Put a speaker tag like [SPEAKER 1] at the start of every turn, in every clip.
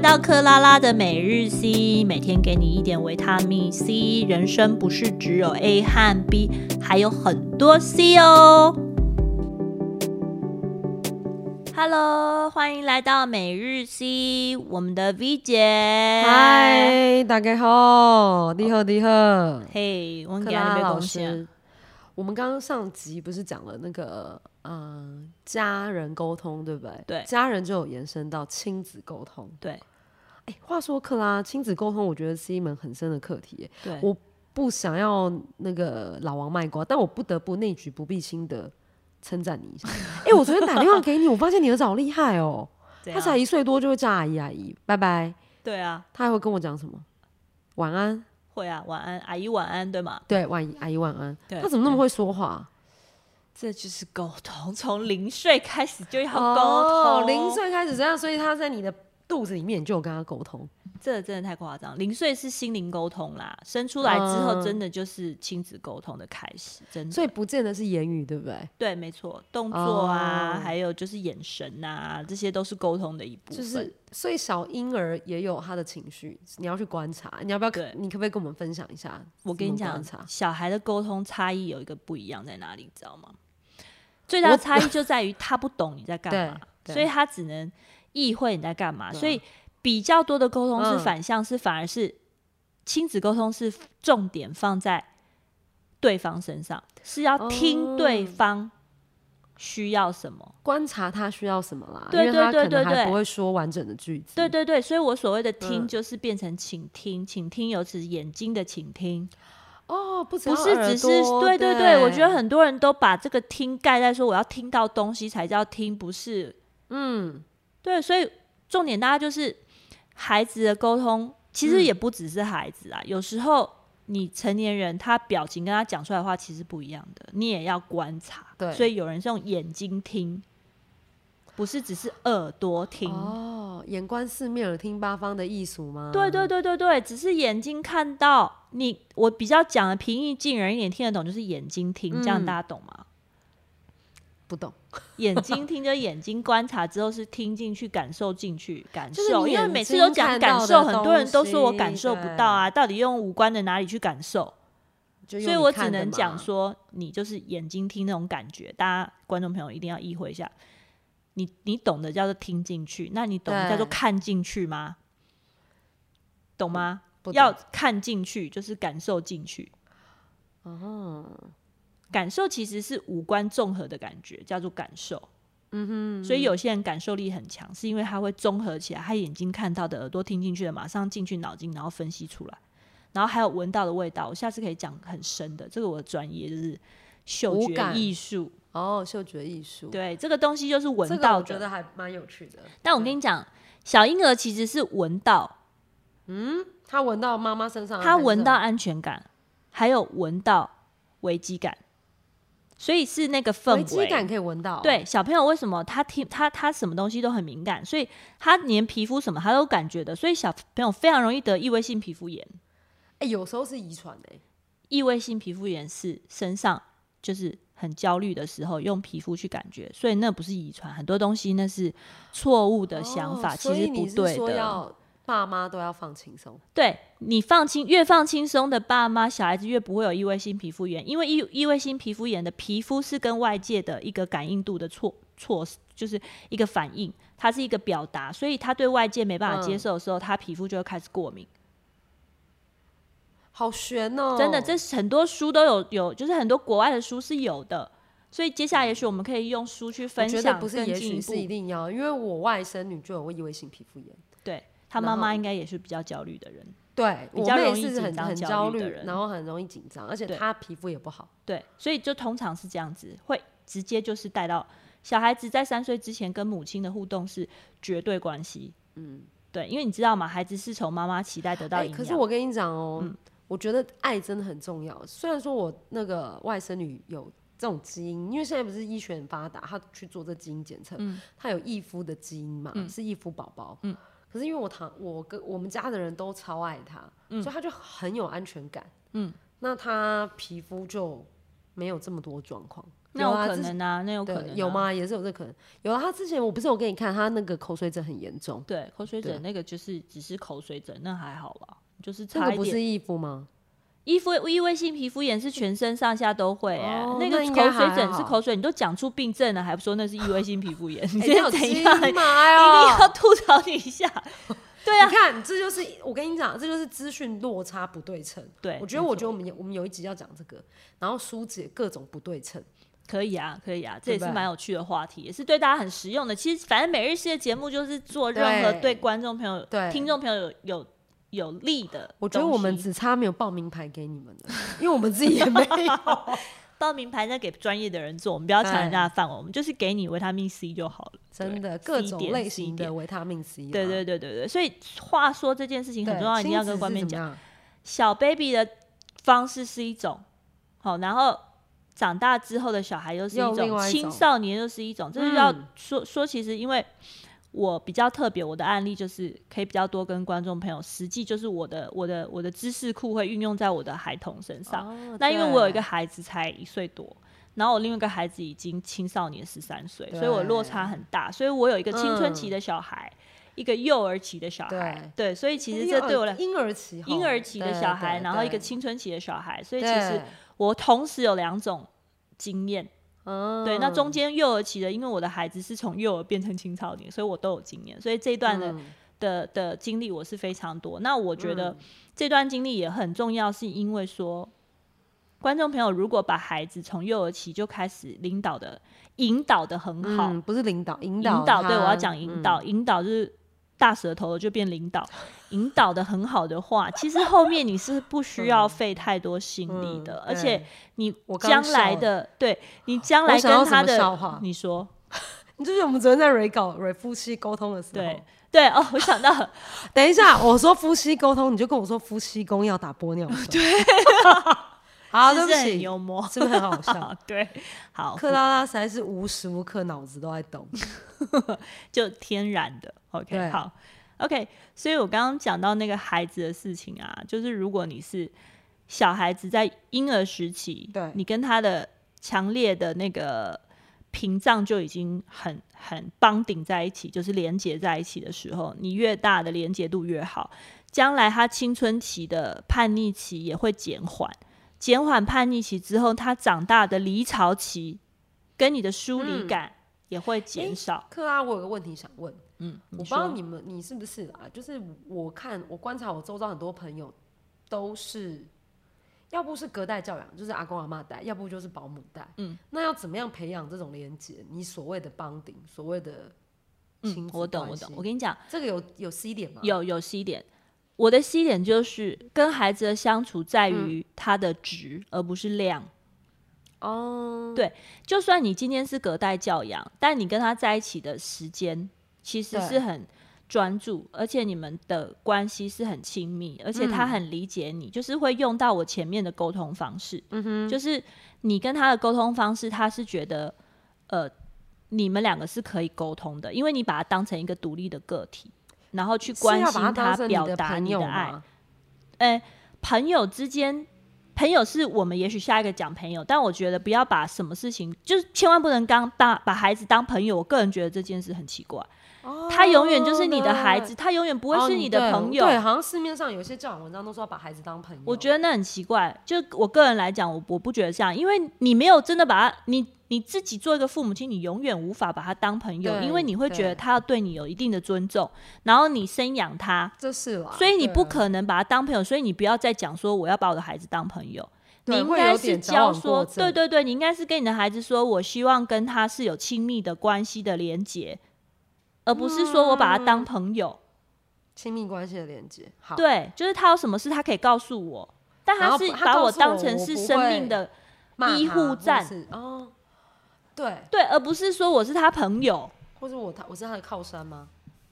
[SPEAKER 1] 到克拉拉的每日 C，每天给你一点维他命 C。人生不是只有 A 和 B，还有很多 C 哦。Hello，欢迎来到每日 C，我们的 V 姐。
[SPEAKER 2] 嗨，大家好，你好，你好，
[SPEAKER 1] 嘿，我们
[SPEAKER 2] 克
[SPEAKER 1] 给他
[SPEAKER 2] 拉
[SPEAKER 1] 一杯啊
[SPEAKER 2] 老
[SPEAKER 1] 贡献。
[SPEAKER 2] 师。我们刚刚上集不是讲了那个嗯、家人沟通，对不对？
[SPEAKER 1] 对
[SPEAKER 2] 家人就有延伸到亲子沟通。
[SPEAKER 1] 对
[SPEAKER 2] 哎，话说克拉，亲子沟通我觉得是一门很深的课题耶。
[SPEAKER 1] 对，
[SPEAKER 2] 我不想要那个老王卖瓜，但我不得不内举不避亲的称赞你一 下。哎，我昨天打电话给你，我发现你儿子好厉害哦，
[SPEAKER 1] 怎
[SPEAKER 2] 他
[SPEAKER 1] 样
[SPEAKER 2] 才一岁多就会叫阿姨阿姨，拜拜。
[SPEAKER 1] 啊对啊，
[SPEAKER 2] 他还会跟我讲什么？晚安。
[SPEAKER 1] 会啊，晚安，阿姨晚安，对吗？
[SPEAKER 2] 对，万姨阿姨晚安。
[SPEAKER 1] 对
[SPEAKER 2] 他怎么那么会说话？
[SPEAKER 1] 这就是沟通，从零岁开始就要沟通。
[SPEAKER 2] 哦，零岁开始这样，所以他在你的肚子里面你就有跟他沟通。
[SPEAKER 1] 这真的太夸张，零岁是心灵沟通啦，生出来之后
[SPEAKER 2] 嗯
[SPEAKER 1] 真的就是亲子沟通的开始，真的。
[SPEAKER 2] 所以不见得是言语，对不对？
[SPEAKER 1] 对，没错，动作啊，
[SPEAKER 2] 哦
[SPEAKER 1] 还有就是眼神啊，这些都是沟通的一部分。
[SPEAKER 2] 就是，所以小婴儿也有他的情绪，你要去观察。你要不要
[SPEAKER 1] 对？
[SPEAKER 2] 你可不可以跟我们分享一下？
[SPEAKER 1] 我跟你
[SPEAKER 2] 怎
[SPEAKER 1] 讲
[SPEAKER 2] 么观察，
[SPEAKER 1] 小孩的沟通差异有一个不一样在哪里，你知道吗？最大的差异就在于他不懂你在干嘛，
[SPEAKER 2] 对对
[SPEAKER 1] 所以他只能意会你在干嘛。
[SPEAKER 2] 对啊
[SPEAKER 1] 所以比较多的沟通是
[SPEAKER 2] 嗯
[SPEAKER 1] 反向，是反而是亲子沟通是重点放在对方身上，是要听
[SPEAKER 2] 哦
[SPEAKER 1] 对方需要什么。
[SPEAKER 2] 观察他需要什么啦，
[SPEAKER 1] 对
[SPEAKER 2] 因为他
[SPEAKER 1] 对对
[SPEAKER 2] 可
[SPEAKER 1] 对
[SPEAKER 2] 能还
[SPEAKER 1] 对
[SPEAKER 2] 不会说完整的句子。
[SPEAKER 1] 对对对，所以我所谓的听
[SPEAKER 2] 嗯
[SPEAKER 1] 就是变成倾听，倾听有此眼睛的倾听。
[SPEAKER 2] 哦，不只
[SPEAKER 1] 不是只是对对对，我觉得很多人都把这个听盖在说我要听到东西才叫听，不是？
[SPEAKER 2] 嗯，
[SPEAKER 1] 对，所以重点大家就是孩子的沟通，其
[SPEAKER 2] 嗯
[SPEAKER 1] 实也不只是孩子啊，有时候你成年人他表情跟他讲出来的话其实不一样的，你也要观察。
[SPEAKER 2] 对
[SPEAKER 1] 所以有人是用眼睛听，不是只是耳朵听。
[SPEAKER 2] 哦，眼观四面，耳听八方的艺术吗？
[SPEAKER 1] 对对对对对，只是眼睛看到你，我比较讲的平易近人一点，听得懂就是眼睛听，这样
[SPEAKER 2] 嗯
[SPEAKER 1] 大家懂吗？
[SPEAKER 2] 不懂。
[SPEAKER 1] 眼睛听着眼睛观察之后是听进去、感受进去、感
[SPEAKER 2] 就是
[SPEAKER 1] 受，
[SPEAKER 2] 你
[SPEAKER 1] 因为
[SPEAKER 2] 眼
[SPEAKER 1] 每次
[SPEAKER 2] 睛
[SPEAKER 1] 都讲
[SPEAKER 2] 看
[SPEAKER 1] 感
[SPEAKER 2] 到
[SPEAKER 1] 受，
[SPEAKER 2] 的
[SPEAKER 1] 很多人都
[SPEAKER 2] 东
[SPEAKER 1] 说我感
[SPEAKER 2] 西
[SPEAKER 1] 受不到啊，到底用五官的哪里去感受？
[SPEAKER 2] 就用
[SPEAKER 1] 所以
[SPEAKER 2] 你
[SPEAKER 1] 我只
[SPEAKER 2] 看的
[SPEAKER 1] 能
[SPEAKER 2] 嘛
[SPEAKER 1] 讲说，你就是眼睛听那种感觉，大家观众朋友一定要意会一下。你你懂得叫做听进去，那你懂得叫做
[SPEAKER 2] 对
[SPEAKER 1] 看进去吗？懂吗？
[SPEAKER 2] 不懂
[SPEAKER 1] 要看进去，就是感受进去。
[SPEAKER 2] 哦
[SPEAKER 1] 感受其实是五官综合的感觉，叫做感受。嗯哼，所以有些人感受力很强，是因为他会综合起来，他眼睛看到的、耳朵听进去的，马上进去脑筋，然后分析出来，然后还有闻到的味道。我下次可以讲很深的，这个我的专业就是嗅
[SPEAKER 2] 五
[SPEAKER 1] 觉
[SPEAKER 2] 感
[SPEAKER 1] 艺术。
[SPEAKER 2] 哦，嗅觉艺术，
[SPEAKER 1] 对，这个东西就是闻
[SPEAKER 2] 这个
[SPEAKER 1] 到
[SPEAKER 2] 我
[SPEAKER 1] 的。
[SPEAKER 2] 觉得还蛮有趣的。
[SPEAKER 1] 但我跟你讲，小婴儿其实是闻到，
[SPEAKER 2] 他闻到妈妈身上的汗
[SPEAKER 1] 他
[SPEAKER 2] 臭，
[SPEAKER 1] 闻到安全感，还有闻到危机感，所以是那个氛围。
[SPEAKER 2] 危机感可以闻到，，哦
[SPEAKER 1] 对小朋友为什么他听他他什么东西都很敏感，所以他连皮肤什么他都感觉的，所以小朋友非常容易得异位性皮肤炎。
[SPEAKER 2] 哎，有时候是遗传哎，
[SPEAKER 1] 异位性皮肤炎是身上就是很焦虑的时候用皮肤去感觉，所以那不是遗传，很多东西那是错误的想法，
[SPEAKER 2] 哦
[SPEAKER 1] 其
[SPEAKER 2] 所
[SPEAKER 1] 实
[SPEAKER 2] 以
[SPEAKER 1] 不
[SPEAKER 2] 你
[SPEAKER 1] 对
[SPEAKER 2] 是说
[SPEAKER 1] 的。
[SPEAKER 2] 要爸妈都要放轻松，
[SPEAKER 1] 对你放轻越放轻松的爸妈，小孩子越不会有异位性皮肤炎，因为异异位性皮肤炎的皮肤是跟外界的一个感应度的措措施，就是一个反应，它是一个表达，所以他对外界没办法接
[SPEAKER 2] 嗯
[SPEAKER 1] 受的时候，他皮肤就会开始过敏。
[SPEAKER 2] 好悬哦，
[SPEAKER 1] 真的，这是很多书都有有，就是很多国外的书是有的。所以接下来，也许我们可以用书去分
[SPEAKER 2] 我觉得
[SPEAKER 1] 享
[SPEAKER 2] 不
[SPEAKER 1] 更
[SPEAKER 2] 是，也
[SPEAKER 1] 进
[SPEAKER 2] 许
[SPEAKER 1] 一
[SPEAKER 2] 是一
[SPEAKER 1] 步。
[SPEAKER 2] 定要，因为我外甥女就有异位性皮肤炎，
[SPEAKER 1] 对他
[SPEAKER 2] 然
[SPEAKER 1] 妈妈
[SPEAKER 2] 后
[SPEAKER 1] 应该也是比较焦虑的人，
[SPEAKER 2] 对
[SPEAKER 1] 比
[SPEAKER 2] 我
[SPEAKER 1] 较
[SPEAKER 2] 妹
[SPEAKER 1] 容易
[SPEAKER 2] 是
[SPEAKER 1] 紧
[SPEAKER 2] 很
[SPEAKER 1] 张
[SPEAKER 2] 很
[SPEAKER 1] 焦
[SPEAKER 2] 焦
[SPEAKER 1] 虑
[SPEAKER 2] 虑
[SPEAKER 1] 的人
[SPEAKER 2] 然后很容易紧张，而且
[SPEAKER 1] 对
[SPEAKER 2] 她皮肤也不好，
[SPEAKER 1] 对，所以就通常是这样子，会直接就是带到小孩子在三岁之前跟母亲的互动是绝对关系。嗯，对，因为你知道嘛，孩子是从妈妈脐带得到
[SPEAKER 2] 哎
[SPEAKER 1] 营养。嗯
[SPEAKER 2] 可是我跟你讲哦、我觉得爱真的很重要。虽然说我那个外甥女有这种基因，因为现在不是医学很发达，她去做这基因检测，
[SPEAKER 1] 嗯
[SPEAKER 2] 她有易夫的基因嘛，是易夫宝宝。可是因为我堂我跟我们家的人都超
[SPEAKER 1] 嗯
[SPEAKER 2] 爱她，所以她就很有安全感。嗯，那她皮肤就没有这么多状况。
[SPEAKER 1] 那
[SPEAKER 2] 有
[SPEAKER 1] 有
[SPEAKER 2] 啊
[SPEAKER 1] 可
[SPEAKER 2] 之
[SPEAKER 1] 能啊，那有可
[SPEAKER 2] 对
[SPEAKER 1] 能、啊、
[SPEAKER 2] 有？吗？也是有这可能。有啊，他之前我不是有给你看，他那个口水疹很严重，
[SPEAKER 1] 对，口水
[SPEAKER 2] 对
[SPEAKER 1] 疹那个就是只是口水疹，那还好吧，就是
[SPEAKER 2] 这
[SPEAKER 1] 差
[SPEAKER 2] 个
[SPEAKER 1] 一
[SPEAKER 2] 不
[SPEAKER 1] 点。
[SPEAKER 2] 是衣服吗？
[SPEAKER 1] 异肤异位性皮肤炎是全身上下都会、欸，
[SPEAKER 2] 哦
[SPEAKER 1] 那
[SPEAKER 2] 那
[SPEAKER 1] 个
[SPEAKER 2] 应该
[SPEAKER 1] 口水
[SPEAKER 2] 还
[SPEAKER 1] 疹
[SPEAKER 2] 好
[SPEAKER 1] 是口水，你都讲出病症了，还不说那是异位性皮肤炎？你
[SPEAKER 2] 哎
[SPEAKER 1] 这
[SPEAKER 2] 你有
[SPEAKER 1] 怎
[SPEAKER 2] 金
[SPEAKER 1] 样？一定
[SPEAKER 2] 麦哦！
[SPEAKER 1] 要吐槽你一下。对啊
[SPEAKER 2] 你，看，这就是我跟你讲，这就是资讯落差不对称。
[SPEAKER 1] 对，
[SPEAKER 2] 我觉得，
[SPEAKER 1] 没
[SPEAKER 2] 我
[SPEAKER 1] 错
[SPEAKER 2] 觉得我们有我们有一集要讲这个，然后疏解各种不对称。
[SPEAKER 1] 可以啊，可以啊，这
[SPEAKER 2] 对
[SPEAKER 1] 也
[SPEAKER 2] 吧
[SPEAKER 1] 是蛮有趣的话题，也是对大家很实用的。其实，反正每日系的节目就是做任何
[SPEAKER 2] 对
[SPEAKER 1] 对观众朋友、
[SPEAKER 2] 对
[SPEAKER 1] 听众朋友有有有利的东西。
[SPEAKER 2] 我觉得我们只差没有报名牌给你们了，因为我们自己也没 有。
[SPEAKER 1] 报名牌再给专业的人做，我们不要抢人家的饭碗，我们就是给你维他命 C 就好了。
[SPEAKER 2] 真的，
[SPEAKER 1] 对
[SPEAKER 2] 各
[SPEAKER 1] C
[SPEAKER 2] 种
[SPEAKER 1] 点
[SPEAKER 2] 类
[SPEAKER 1] C
[SPEAKER 2] 型的
[SPEAKER 1] 点
[SPEAKER 2] 维他命 C 啊。
[SPEAKER 1] 对对对对对，所以话说这件事情
[SPEAKER 2] 对，
[SPEAKER 1] 很重要，一定要
[SPEAKER 2] 亲子
[SPEAKER 1] 跟观
[SPEAKER 2] 是
[SPEAKER 1] 众
[SPEAKER 2] 怎
[SPEAKER 1] 讲。
[SPEAKER 2] 么样。
[SPEAKER 1] 小 baby 的方式是一种，好，然后长大之后的小孩又是
[SPEAKER 2] 又
[SPEAKER 1] 一
[SPEAKER 2] 另
[SPEAKER 1] 种，
[SPEAKER 2] 外一
[SPEAKER 1] 青
[SPEAKER 2] 种
[SPEAKER 1] 少年又是一种，这就要
[SPEAKER 2] 嗯
[SPEAKER 1] 说、说，其实因为我比较特别，我的案例就是可以比较多跟观众朋友，实际就是我的我的我的知识库会运用在我的孩童身上。
[SPEAKER 2] 哦
[SPEAKER 1] 那因为我有一
[SPEAKER 2] 对
[SPEAKER 1] 个孩子才一岁多。然后我另外一个孩子已经青少年十三岁，所以我落差很大，所以我有一个青春期
[SPEAKER 2] 嗯
[SPEAKER 1] 的小孩，一个幼儿期的小孩，对，所以其实
[SPEAKER 2] 婴
[SPEAKER 1] 这
[SPEAKER 2] 儿
[SPEAKER 1] 对我来
[SPEAKER 2] 啊婴儿期吼，
[SPEAKER 1] 婴儿期的小孩，
[SPEAKER 2] 对
[SPEAKER 1] 然后一个，青春期的小孩，所以其实我同时有两种经验。对，那
[SPEAKER 2] 嗯
[SPEAKER 1] 中间幼儿期的，因为我的孩子是从幼儿变成青少年，所以我都有经验，所以这
[SPEAKER 2] 嗯
[SPEAKER 1] 一段的、的的经历我是非常多。那我觉
[SPEAKER 2] 嗯
[SPEAKER 1] 得这段经历也很重要，是因为说。观众朋友，如果把孩子从幼儿期就开始领导的、引导的很
[SPEAKER 2] 嗯
[SPEAKER 1] 好，
[SPEAKER 2] 嗯不是领导，引
[SPEAKER 1] 引
[SPEAKER 2] 导，嗯
[SPEAKER 1] 导，对我要讲引导，，引导就是大舌头就变领导，引导的很好的话，其实后面你是不需要费太多心力的，
[SPEAKER 2] 嗯
[SPEAKER 1] 而且
[SPEAKER 2] 对
[SPEAKER 1] 你
[SPEAKER 2] 我刚
[SPEAKER 1] 将
[SPEAKER 2] 笑
[SPEAKER 1] 来
[SPEAKER 2] 了
[SPEAKER 1] 的，对你将来
[SPEAKER 2] 我想要
[SPEAKER 1] 跟
[SPEAKER 2] 什
[SPEAKER 1] 他
[SPEAKER 2] 么笑话
[SPEAKER 1] 的，你说
[SPEAKER 2] 你就是我们昨天在蕊搞蕊夫妻沟通的时
[SPEAKER 1] 对
[SPEAKER 2] 候，
[SPEAKER 1] 对哦，我想到 了
[SPEAKER 2] 等一下我说夫妻沟通，你就跟我说夫妻宫要打玻 尿酸，对， 好，
[SPEAKER 1] 是不
[SPEAKER 2] 对不
[SPEAKER 1] 是很
[SPEAKER 2] 起，
[SPEAKER 1] 幽默？哦
[SPEAKER 2] 是不是很好笑？
[SPEAKER 1] 对，好，
[SPEAKER 2] 克拉拉实在是无时无刻脑子都在动，
[SPEAKER 1] 就天然的。OK，
[SPEAKER 2] 对
[SPEAKER 1] 好，OK。所以我刚刚讲到那个孩子的事情啊，就是如果你是小孩子在婴儿时期，
[SPEAKER 2] 对
[SPEAKER 1] 你跟他的强烈的那个屏障就已经很很绑顶在一起，就是连接在一起的时候，你越大的连接度越好，将来他青春期的叛逆期也会减缓。减缓叛逆期之后，他长大的离巢期跟你的疏
[SPEAKER 2] 嗯
[SPEAKER 1] 离感也会减少。
[SPEAKER 2] 克拉，我有个问题想问，
[SPEAKER 1] 嗯，
[SPEAKER 2] 我不知道你们你是不是啊？就是我看我观察我周遭很多朋友都是，要不是隔代教养，就是阿公阿妈带，要不就是保姆带。
[SPEAKER 1] 嗯，
[SPEAKER 2] 那要怎么样培养这种连接？你所谓的帮顶，所谓的亲
[SPEAKER 1] 嗯，
[SPEAKER 2] 子
[SPEAKER 1] 我懂，
[SPEAKER 2] 关
[SPEAKER 1] 我懂
[SPEAKER 2] 系。嗯
[SPEAKER 1] 我跟你讲，
[SPEAKER 2] 这个有有 C 点吗？
[SPEAKER 1] 有有 C 点，我的 C 点就是跟孩子的相处在
[SPEAKER 2] 嗯
[SPEAKER 1] 于他的值，而不是量。
[SPEAKER 2] 哦，
[SPEAKER 1] 对就算你今天是隔代教养，但你跟他在一起的时间其实
[SPEAKER 2] 对
[SPEAKER 1] 是很专注，而且你们的关系是很亲密，而且他
[SPEAKER 2] 嗯
[SPEAKER 1] 很理解你，就是会用到我前面的沟通方式。嗯哼，就是你跟他的沟通方式，他是觉得呃。你们两个是可以沟通的，因为你把他当成一个独立的个体，然后去关
[SPEAKER 2] 是要
[SPEAKER 1] 心
[SPEAKER 2] 把它当成
[SPEAKER 1] 表
[SPEAKER 2] 的
[SPEAKER 1] 达
[SPEAKER 2] 朋
[SPEAKER 1] 你
[SPEAKER 2] 友
[SPEAKER 1] 的爱。
[SPEAKER 2] 吗？哦
[SPEAKER 1] 呃，朋友之间，朋友是我们也许下一个讲朋友，但我觉得不要把什么事情，就是千万不能刚当把孩子当朋友。我个人觉得这件事很奇怪，
[SPEAKER 2] 哦
[SPEAKER 1] 他永远就是你的孩
[SPEAKER 2] 对
[SPEAKER 1] 子，他永远不会
[SPEAKER 2] 哦
[SPEAKER 1] 是你的
[SPEAKER 2] 对
[SPEAKER 1] 朋友。
[SPEAKER 2] 对，好像市面上有些教养文章都说要把孩子当朋友。
[SPEAKER 1] 我觉得那很奇怪，就我个人来讲，我我不觉得这样，因为你没有真的把他，你你自己做一个父母亲，你永远无法把他当朋友，
[SPEAKER 2] 对
[SPEAKER 1] 因为你会觉
[SPEAKER 2] 对
[SPEAKER 1] 得他要对你有一定的尊重，然后你生养他，
[SPEAKER 2] 这是啦，
[SPEAKER 1] 所以你
[SPEAKER 2] 对
[SPEAKER 1] 不可能把他当朋友，所以你不要再讲说我要把我的孩子当朋友。你
[SPEAKER 2] 对
[SPEAKER 1] 应
[SPEAKER 2] 会
[SPEAKER 1] 该
[SPEAKER 2] 有
[SPEAKER 1] 是
[SPEAKER 2] 点矫
[SPEAKER 1] 教
[SPEAKER 2] 枉
[SPEAKER 1] 说，
[SPEAKER 2] 过
[SPEAKER 1] 对
[SPEAKER 2] 正
[SPEAKER 1] 对对，你应该是跟你的孩子说，我希望跟他是有亲密的关系的连结，而不是说我把他
[SPEAKER 2] 嗯
[SPEAKER 1] 当朋友。
[SPEAKER 2] 亲密关系的连接。好，
[SPEAKER 1] 对，就是他有什么事，他可以告诉我，但
[SPEAKER 2] 然
[SPEAKER 1] 他
[SPEAKER 2] 后
[SPEAKER 1] 是
[SPEAKER 2] 不他
[SPEAKER 1] 把
[SPEAKER 2] 告
[SPEAKER 1] 我
[SPEAKER 2] 诉
[SPEAKER 1] 当
[SPEAKER 2] 我
[SPEAKER 1] 成
[SPEAKER 2] 我
[SPEAKER 1] 是
[SPEAKER 2] 不
[SPEAKER 1] 生
[SPEAKER 2] 会
[SPEAKER 1] 命的
[SPEAKER 2] 骂
[SPEAKER 1] 医
[SPEAKER 2] 他
[SPEAKER 1] 护
[SPEAKER 2] 或者
[SPEAKER 1] 站
[SPEAKER 2] 是哦，对，
[SPEAKER 1] 对，而不是说我是他朋友。
[SPEAKER 2] 或者我他我是他的靠山吗？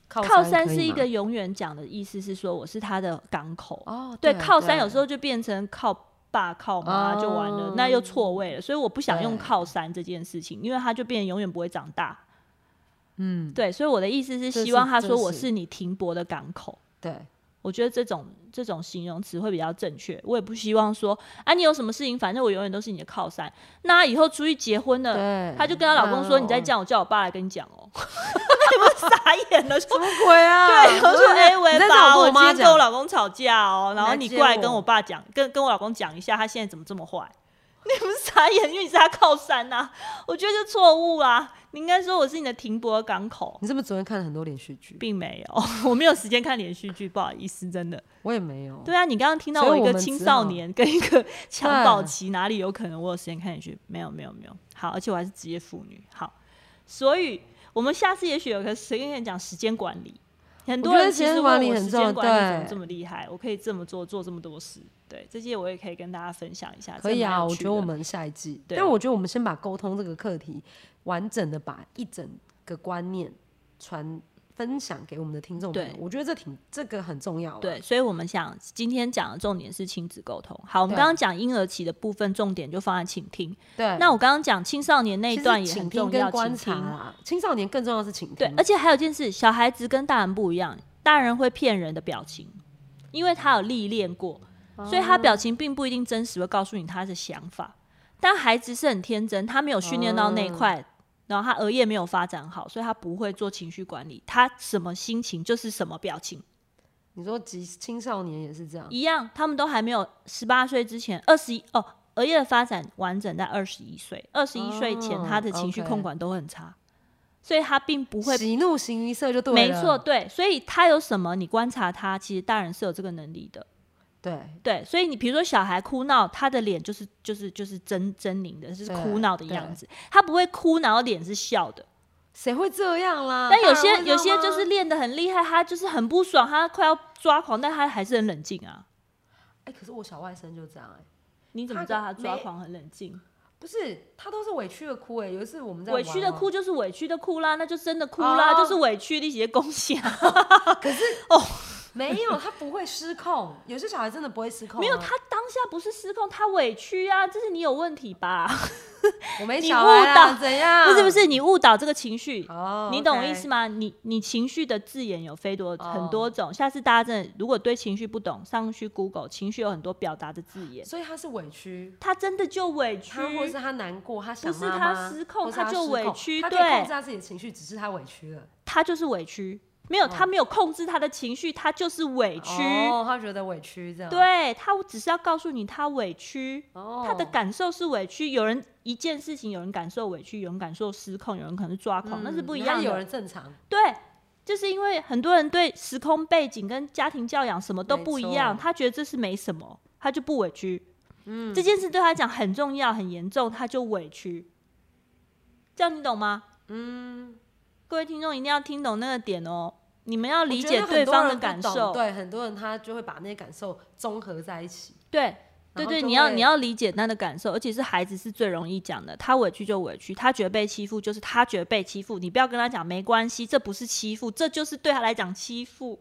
[SPEAKER 2] 靠
[SPEAKER 1] 靠
[SPEAKER 2] 山
[SPEAKER 1] 山
[SPEAKER 2] 可
[SPEAKER 1] 是
[SPEAKER 2] 以
[SPEAKER 1] 一
[SPEAKER 2] 吗
[SPEAKER 1] 个永远讲的意思是说我是他的港口。
[SPEAKER 2] 哦，
[SPEAKER 1] 对，
[SPEAKER 2] 对，
[SPEAKER 1] 靠山有时
[SPEAKER 2] 候
[SPEAKER 1] 候就变成靠爸靠妈就完了，那又错位了。所以我不想用
[SPEAKER 2] 对
[SPEAKER 1] 靠山这件事情，因为它就变得永远不会长大。嗯，对，所以我的意思是
[SPEAKER 2] 这
[SPEAKER 1] 希
[SPEAKER 2] 是
[SPEAKER 1] 望他
[SPEAKER 2] 这
[SPEAKER 1] 说我
[SPEAKER 2] 是
[SPEAKER 1] 是你停泊的港口。
[SPEAKER 2] 对
[SPEAKER 1] 我觉得这种这种形容词会比较正确。我也不希望说，啊，你有什么事情，反正我永远都是你的靠山。那她以后出去结婚了，
[SPEAKER 2] 对，嗯
[SPEAKER 1] 她就跟她老公说：“你再
[SPEAKER 2] 讲
[SPEAKER 1] 这样，我叫我爸来跟你讲 哦。”你们傻眼了，说
[SPEAKER 2] 什么鬼 啊？
[SPEAKER 1] 对，我说
[SPEAKER 2] 你
[SPEAKER 1] 哎喂
[SPEAKER 2] 你再这样
[SPEAKER 1] 爸，
[SPEAKER 2] 跟
[SPEAKER 1] 我
[SPEAKER 2] 我
[SPEAKER 1] 今
[SPEAKER 2] 妈
[SPEAKER 1] 天跟我
[SPEAKER 2] 讲，
[SPEAKER 1] 老公吵架哦，然后
[SPEAKER 2] 来
[SPEAKER 1] 你
[SPEAKER 2] 接
[SPEAKER 1] 过来跟
[SPEAKER 2] 我
[SPEAKER 1] 我爸讲，跟跟我老公讲一下，他现在怎么这么坏？ 你们傻眼，因为你是他靠山呐、我觉得这错误啊！你应该说我是你的停泊港口，
[SPEAKER 2] 你是不是昨天看了很多连续剧？
[SPEAKER 1] 并没有， 我没有时间看连续剧，不好意思，真的。
[SPEAKER 2] 我也没有。
[SPEAKER 1] 对啊，你刚刚听到
[SPEAKER 2] 所以
[SPEAKER 1] 我一
[SPEAKER 2] 我
[SPEAKER 1] 个
[SPEAKER 2] 们
[SPEAKER 1] 青
[SPEAKER 2] 只
[SPEAKER 1] 少
[SPEAKER 2] 好
[SPEAKER 1] 年跟一 个襁褓
[SPEAKER 2] 对
[SPEAKER 1] 期，哪里有可能我有时间看你去？没有，没有，没有。好，而且我还是职业妇女。好，所以我们下次也许有个随便讲时间管理，很
[SPEAKER 2] 我
[SPEAKER 1] 多
[SPEAKER 2] 觉得
[SPEAKER 1] 人
[SPEAKER 2] 时
[SPEAKER 1] 其
[SPEAKER 2] 间
[SPEAKER 1] 实
[SPEAKER 2] 管
[SPEAKER 1] 问
[SPEAKER 2] 理
[SPEAKER 1] 我
[SPEAKER 2] 很
[SPEAKER 1] 时
[SPEAKER 2] 重
[SPEAKER 1] 间
[SPEAKER 2] 要
[SPEAKER 1] 管理怎么
[SPEAKER 2] 对
[SPEAKER 1] 这么厉害，我可以这么做，做这么多事。对，这些我也可以跟大家分享一下。
[SPEAKER 2] 可
[SPEAKER 1] 这
[SPEAKER 2] 以
[SPEAKER 1] 蛮
[SPEAKER 2] 啊，
[SPEAKER 1] 有
[SPEAKER 2] 我
[SPEAKER 1] 趣
[SPEAKER 2] 觉得我
[SPEAKER 1] 的
[SPEAKER 2] 们下一季，
[SPEAKER 1] 对
[SPEAKER 2] 但我觉得我们先把沟通这个课题完整的把一整个观念传分享给我们的听众朋友
[SPEAKER 1] 对，
[SPEAKER 2] 我觉得这挺这个很重要啊。
[SPEAKER 1] 对，所以我们想今天讲的重点是亲子沟通。好，我们
[SPEAKER 2] 对
[SPEAKER 1] 刚刚讲婴儿期的部分，重点就放在倾听。
[SPEAKER 2] 对，
[SPEAKER 1] 那我刚刚讲青少年那一
[SPEAKER 2] 其实
[SPEAKER 1] 段也
[SPEAKER 2] 倾
[SPEAKER 1] 很
[SPEAKER 2] 听
[SPEAKER 1] 重
[SPEAKER 2] 跟
[SPEAKER 1] 要，
[SPEAKER 2] 观
[SPEAKER 1] 倾
[SPEAKER 2] 察
[SPEAKER 1] 听。
[SPEAKER 2] 啦，青少年更重要的是倾听。
[SPEAKER 1] 对，而且还有一件事，小孩子跟大人不一样，大人会骗人的表情，因为他有历练过，
[SPEAKER 2] 哦
[SPEAKER 1] 所以他表情并不一定真实，会告诉你他的想法。但孩子是很天真，他没有训练到那一块，
[SPEAKER 2] 哦
[SPEAKER 1] 然后他额叶没有发展好，所以他不会做情绪管理，他什么心情就是什么表情，
[SPEAKER 2] 你说及青少年也是这样，
[SPEAKER 1] 一样，他们都还没有十八岁之前，二十一哦，额叶的发展完整在二十一岁，二十一岁前
[SPEAKER 2] 哦
[SPEAKER 1] 他的情绪
[SPEAKER 2] OK
[SPEAKER 1] 控管都很差，所以他并不会
[SPEAKER 2] 喜怒形于色就对了。
[SPEAKER 1] 没错，，对，所以他有什么，你观察他，其实大人是有这个能力的。
[SPEAKER 2] 对，
[SPEAKER 1] 对，所以你比如说小孩哭闹，他的脸就是就是就是狰狰狞的，就是
[SPEAKER 2] 对
[SPEAKER 1] 哭闹的
[SPEAKER 2] 对
[SPEAKER 1] 样子，他不会哭，然后脸是笑的。
[SPEAKER 2] 谁会这样啦？
[SPEAKER 1] 但有
[SPEAKER 2] 啊大人
[SPEAKER 1] 些
[SPEAKER 2] 会这
[SPEAKER 1] 有
[SPEAKER 2] 样
[SPEAKER 1] 些就
[SPEAKER 2] 吗
[SPEAKER 1] 是练得很厉害，他就是很不爽，他快要抓狂，但他还是很冷静啊。
[SPEAKER 2] 哎、可是我小外甥就这样哎、
[SPEAKER 1] 你怎么
[SPEAKER 2] 他
[SPEAKER 1] 知道他
[SPEAKER 2] 没
[SPEAKER 1] 抓狂很冷静？
[SPEAKER 2] 不是他都是委屈的哭哎、有一次我们在
[SPEAKER 1] 委
[SPEAKER 2] 玩
[SPEAKER 1] 屈的
[SPEAKER 2] 嘛
[SPEAKER 1] 哭就是委屈的哭啦，那就真的哭啦，就
[SPEAKER 2] 哦
[SPEAKER 1] 是委屈的一些贡献。
[SPEAKER 2] 没有，他不会失 控。有些小孩真的不会失控、哦
[SPEAKER 1] 没有，，他当下不是失控，他委屈啊，这是你有问题吧？
[SPEAKER 2] 我没
[SPEAKER 1] 你
[SPEAKER 2] 小孩
[SPEAKER 1] 误导
[SPEAKER 2] 啦，怎样？
[SPEAKER 1] 不是不，是，你误导这个情绪，
[SPEAKER 2] 哦，
[SPEAKER 1] 你懂我意思
[SPEAKER 2] 吗？
[SPEAKER 1] 吗？你你情绪的字眼有非多很
[SPEAKER 2] 哦
[SPEAKER 1] 多种，下次大家真的如果对情绪不懂，上去 Google 情绪有很多表达的字眼，
[SPEAKER 2] 所以他是委屈，
[SPEAKER 1] 他真的就委屈
[SPEAKER 2] 他，或是他难过，他想
[SPEAKER 1] 不是
[SPEAKER 2] 妈
[SPEAKER 1] 他
[SPEAKER 2] 妈，
[SPEAKER 1] 失控
[SPEAKER 2] 或是
[SPEAKER 1] 他
[SPEAKER 2] 他
[SPEAKER 1] 就
[SPEAKER 2] 失
[SPEAKER 1] 委
[SPEAKER 2] 控
[SPEAKER 1] 屈
[SPEAKER 2] 他可以
[SPEAKER 1] 对
[SPEAKER 2] 控制他自己的情绪，只是他委屈了。
[SPEAKER 1] 他就是委屈，没有他没有控制他的情绪，他就是委屈，
[SPEAKER 2] 哦，他觉得委屈这样。，
[SPEAKER 1] 对他只是要告诉你他委屈。
[SPEAKER 2] 哦，
[SPEAKER 1] 他的感受是委屈，有人一件事情，有人感受委屈，有人感受失控，有人可能是抓狂，那是不一
[SPEAKER 2] 然
[SPEAKER 1] 样
[SPEAKER 2] 后
[SPEAKER 1] 的。
[SPEAKER 2] 嗯有人正常，
[SPEAKER 1] 对，就是因为很多人对时空背景跟家庭教养什么都
[SPEAKER 2] 没
[SPEAKER 1] 不一
[SPEAKER 2] 错
[SPEAKER 1] 样，他觉得这是没什么，他就不委屈。嗯，这件事对他讲很重要、很严重，他就委屈。这样你懂吗？嗯，各位听众一定要听懂那个点哦，你们要
[SPEAKER 2] 我
[SPEAKER 1] 理
[SPEAKER 2] 觉
[SPEAKER 1] 解
[SPEAKER 2] 得
[SPEAKER 1] 对
[SPEAKER 2] 很多
[SPEAKER 1] 方的
[SPEAKER 2] 人不
[SPEAKER 1] 感
[SPEAKER 2] 懂
[SPEAKER 1] 受。
[SPEAKER 2] 对，很多人他就会把那些感受综合在一起。
[SPEAKER 1] 对对
[SPEAKER 2] 然后
[SPEAKER 1] 对，
[SPEAKER 2] 就
[SPEAKER 1] 你要
[SPEAKER 2] 会
[SPEAKER 1] 你要理解他的感受，而且是孩子是最容易讲的。他委屈就委屈，他觉得被欺负就是他觉得被欺负，你不要跟他讲没关系，这不是欺负，这就是对他来讲欺负。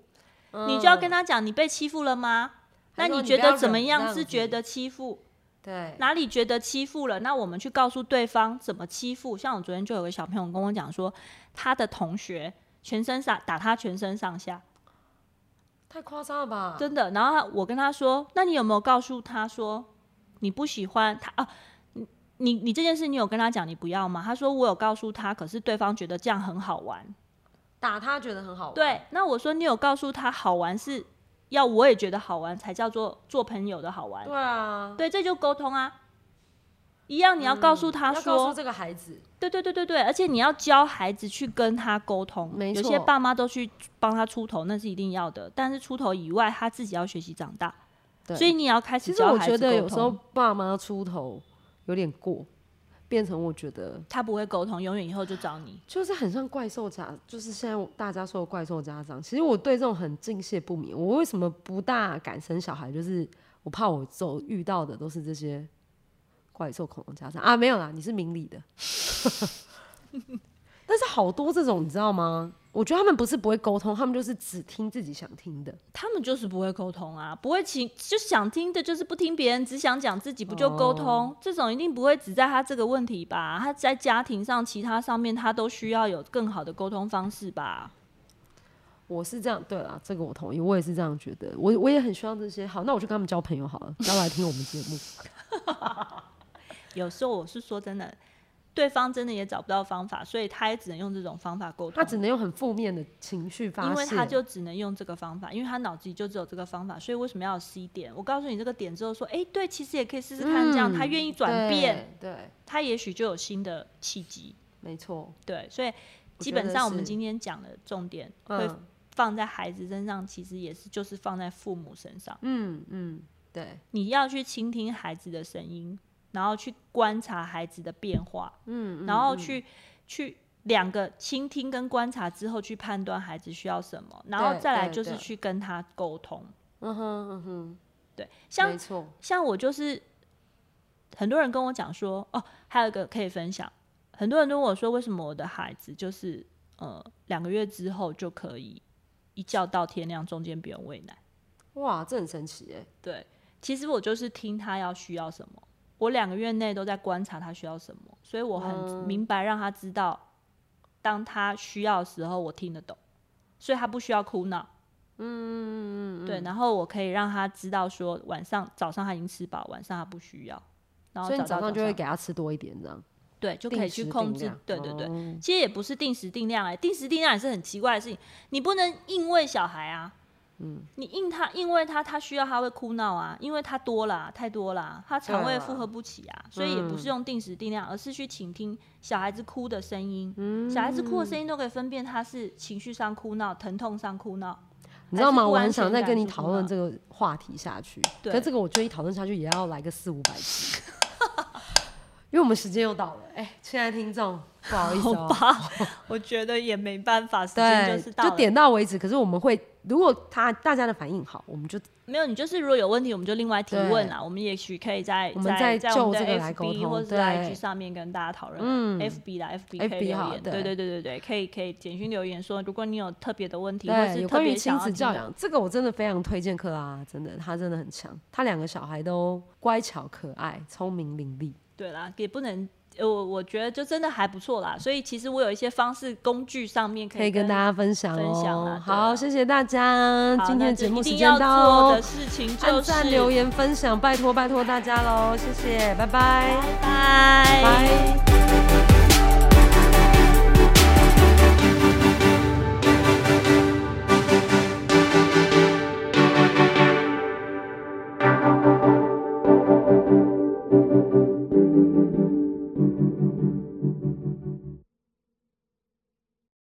[SPEAKER 1] 你就要跟他讲你被欺负了吗？那
[SPEAKER 2] 还嗯说
[SPEAKER 1] 你
[SPEAKER 2] 你
[SPEAKER 1] 觉
[SPEAKER 2] 不要
[SPEAKER 1] 得怎
[SPEAKER 2] 忍
[SPEAKER 1] 么
[SPEAKER 2] 这
[SPEAKER 1] 样
[SPEAKER 2] 样
[SPEAKER 1] 是觉
[SPEAKER 2] 子
[SPEAKER 1] 得欺负？
[SPEAKER 2] 对，
[SPEAKER 1] 哪里觉得欺负了？那我们去告诉对方怎么欺负。像我昨天就有个小朋友跟我讲说，他的同学全身上打他全身上下，
[SPEAKER 2] 太夸张了吧？
[SPEAKER 1] 真的。然后他我跟他说，那你有没有告诉他说你不喜欢他啊？你你你这件事你有跟他讲你不要吗？他说我有告诉他，可是对方觉得这样很好玩。
[SPEAKER 2] 打他觉得很好玩。
[SPEAKER 1] 对，那我说你有告诉他好玩是要我也觉得好玩才叫做做朋友的好玩。
[SPEAKER 2] 对啊，
[SPEAKER 1] 对，这就沟通啊，一样你要告诉他
[SPEAKER 2] 嗯要告
[SPEAKER 1] 说，
[SPEAKER 2] 诉这个孩子，
[SPEAKER 1] 对对对对对，而且你要教孩子去跟他沟通。
[SPEAKER 2] 没
[SPEAKER 1] 有
[SPEAKER 2] 错
[SPEAKER 1] 些爸妈都去帮他出头，那是一定要的，但是出头以外，他自己要学习长大，
[SPEAKER 2] 对
[SPEAKER 1] 所以你也要开始
[SPEAKER 2] 哎其实
[SPEAKER 1] 教
[SPEAKER 2] 我
[SPEAKER 1] 孩
[SPEAKER 2] 觉
[SPEAKER 1] 子
[SPEAKER 2] 得有
[SPEAKER 1] 沟
[SPEAKER 2] 时候
[SPEAKER 1] 通。
[SPEAKER 2] 爸妈出头有点过，变成我觉得
[SPEAKER 1] 他不会沟通，永远以后就找你。
[SPEAKER 2] 就是很像怪兽家，就是现在大家说的怪兽家长。其实我对这种很敬谢不敏。我为什么不大敢生小孩？就是我怕我走遇到的都是这些怪兽恐龙家长啊，没有啦，你是明理的。 但是好多这种你知道吗？我觉得他们不是不会沟通，他们就是只听自己想听的。
[SPEAKER 1] 他们就是不会沟通啊，不会听，就想听的，就是不听别人，只想讲自己，不就沟通？
[SPEAKER 2] 哦
[SPEAKER 1] 这种一定不会只在他这个问题吧？他在家庭上、其他上面，他都需要有更好的沟通方式吧？
[SPEAKER 2] 我是这样，对啦，这个我同意，我也是这样觉得，我我也很需要这些。好，那我就跟他们交朋友好了，要来听我们节目。
[SPEAKER 1] 有时候我是说真的，对方真的也找不到方法，所以他也只能用这种方法沟通。
[SPEAKER 2] 他只能用很负面的情绪发泄，
[SPEAKER 1] 因为他就只能用这个方法，因为他脑子里就只有这个方法，所以为什么要有 C 点？我告诉你这个点之后说，哎、对，其实也可以试试看，这样、
[SPEAKER 2] 嗯
[SPEAKER 1] 他愿意转变，，
[SPEAKER 2] 对对，
[SPEAKER 1] 他也许就有新的契机。
[SPEAKER 2] 没错，
[SPEAKER 1] 对，所以
[SPEAKER 2] 我
[SPEAKER 1] 基
[SPEAKER 2] 觉
[SPEAKER 1] 本
[SPEAKER 2] 得
[SPEAKER 1] 上我们
[SPEAKER 2] 是
[SPEAKER 1] 今天讲的重点会
[SPEAKER 2] 嗯
[SPEAKER 1] 放在孩子身上，其实也是就是放在父母身上。
[SPEAKER 2] 嗯嗯，对，
[SPEAKER 1] 你要去倾听孩子的声音，然后去观察孩子的变化，嗯，然后去、去两个倾听跟观察之后去判断孩子需要什么，然后
[SPEAKER 2] 对
[SPEAKER 1] 再来
[SPEAKER 2] 对
[SPEAKER 1] 就是
[SPEAKER 2] 对
[SPEAKER 1] 去跟他沟通。
[SPEAKER 2] 嗯哼嗯哼，
[SPEAKER 1] 对，像
[SPEAKER 2] 没错，
[SPEAKER 1] 像我就是很多人跟我讲说，哦，还有一个可以分享，很多人都问我说，为什么我的孩子就是呃两个月之后就可以一觉到天亮，中间不用喂奶？
[SPEAKER 2] 哇，这很神奇哎，
[SPEAKER 1] 对，其实我就是听他要需要什么，我两个月内都在观察他需要什么，所以我
[SPEAKER 2] 嗯
[SPEAKER 1] 很明白让他知道，当他需要的时候我听得懂，所以他不需要哭闹。嗯，对，然后我可以让他知道说，晚上、早上他已经吃饱，晚上他不需要，然后
[SPEAKER 2] 所以你
[SPEAKER 1] 早
[SPEAKER 2] 早上
[SPEAKER 1] 上
[SPEAKER 2] 就会给他吃多一点这样，
[SPEAKER 1] 对，就可以
[SPEAKER 2] 定
[SPEAKER 1] 去
[SPEAKER 2] 时
[SPEAKER 1] 控
[SPEAKER 2] 定
[SPEAKER 1] 制
[SPEAKER 2] 量。
[SPEAKER 1] 对对对，
[SPEAKER 2] 哦
[SPEAKER 1] 其实也不是定时定量哎、定时定量也是很奇怪的事情，你不能硬喂小孩啊。嗯，你硬他，因为他他需要，他会哭闹啊，因为他多了啊、太多了啊、他肠胃
[SPEAKER 2] 对啊
[SPEAKER 1] 负荷不起啊，所以也不是用定时定量，而是去倾听小孩子哭的声音。小孩子哭的声音都可以分辨他是情绪上哭闹、疼痛上哭闹。
[SPEAKER 2] 你知道
[SPEAKER 1] 还
[SPEAKER 2] 吗？
[SPEAKER 1] 是不
[SPEAKER 2] 我
[SPEAKER 1] 安
[SPEAKER 2] 很
[SPEAKER 1] 全
[SPEAKER 2] 想再
[SPEAKER 1] 感
[SPEAKER 2] 跟你
[SPEAKER 1] 是什
[SPEAKER 2] 讨论
[SPEAKER 1] 么
[SPEAKER 2] 这个话题下去，
[SPEAKER 1] 对
[SPEAKER 2] 可是这个我觉得一讨论下去也要来个四五百集， 因为我们时间又到了。哎、亲爱的听众，不好意 思哦、
[SPEAKER 1] 我觉得也没办法，时间
[SPEAKER 2] 对
[SPEAKER 1] 就是到，了。
[SPEAKER 2] 点到为止。可是我们会，如果他大家的反应好，我们就
[SPEAKER 1] 没有，你就是如果有问题，我们就另外提
[SPEAKER 2] 对
[SPEAKER 1] 问啊啦。我们也许可以在
[SPEAKER 2] 我们
[SPEAKER 1] 在
[SPEAKER 2] 再
[SPEAKER 1] 在
[SPEAKER 2] 就
[SPEAKER 1] 我们
[SPEAKER 2] 这
[SPEAKER 1] 的
[SPEAKER 2] 个来沟
[SPEAKER 1] FB
[SPEAKER 2] 通
[SPEAKER 1] 或者在
[SPEAKER 2] 对
[SPEAKER 1] IG 上面跟大家讨论。嗯，FB 啦，FB 可以
[SPEAKER 2] FB
[SPEAKER 1] 留
[SPEAKER 2] 好
[SPEAKER 1] 言。
[SPEAKER 2] 对
[SPEAKER 1] 对对对对对，可以可以简讯留言说，如果你有特别的问题，或
[SPEAKER 2] 对
[SPEAKER 1] 是
[SPEAKER 2] 有
[SPEAKER 1] 特
[SPEAKER 2] 关
[SPEAKER 1] 别
[SPEAKER 2] 于
[SPEAKER 1] 想
[SPEAKER 2] 亲
[SPEAKER 1] 要
[SPEAKER 2] 子
[SPEAKER 1] 听
[SPEAKER 2] 教
[SPEAKER 1] 的，
[SPEAKER 2] 养，这个我真的非常推荐克拉，真的，他真的很强，他两个小孩都乖巧可爱、聪明伶俐。
[SPEAKER 1] 对啦，也不能。呃我我觉得就真的还不错啦，所以其实我有一些方式工具上面
[SPEAKER 2] 可以
[SPEAKER 1] 跟
[SPEAKER 2] 跟大家分享
[SPEAKER 1] 分享
[SPEAKER 2] 哦
[SPEAKER 1] 啦。对啊
[SPEAKER 2] 好，谢谢大家，
[SPEAKER 1] 好
[SPEAKER 2] 今
[SPEAKER 1] 那就
[SPEAKER 2] 天的节目
[SPEAKER 1] 一
[SPEAKER 2] 时
[SPEAKER 1] 定
[SPEAKER 2] 间
[SPEAKER 1] 要
[SPEAKER 2] 到
[SPEAKER 1] 做
[SPEAKER 2] 哦
[SPEAKER 1] 的。事情就
[SPEAKER 2] 按
[SPEAKER 1] 是
[SPEAKER 2] 赞、留，言、分享，拜托拜托大家喽，谢谢，拜拜
[SPEAKER 1] 拜
[SPEAKER 2] 拜。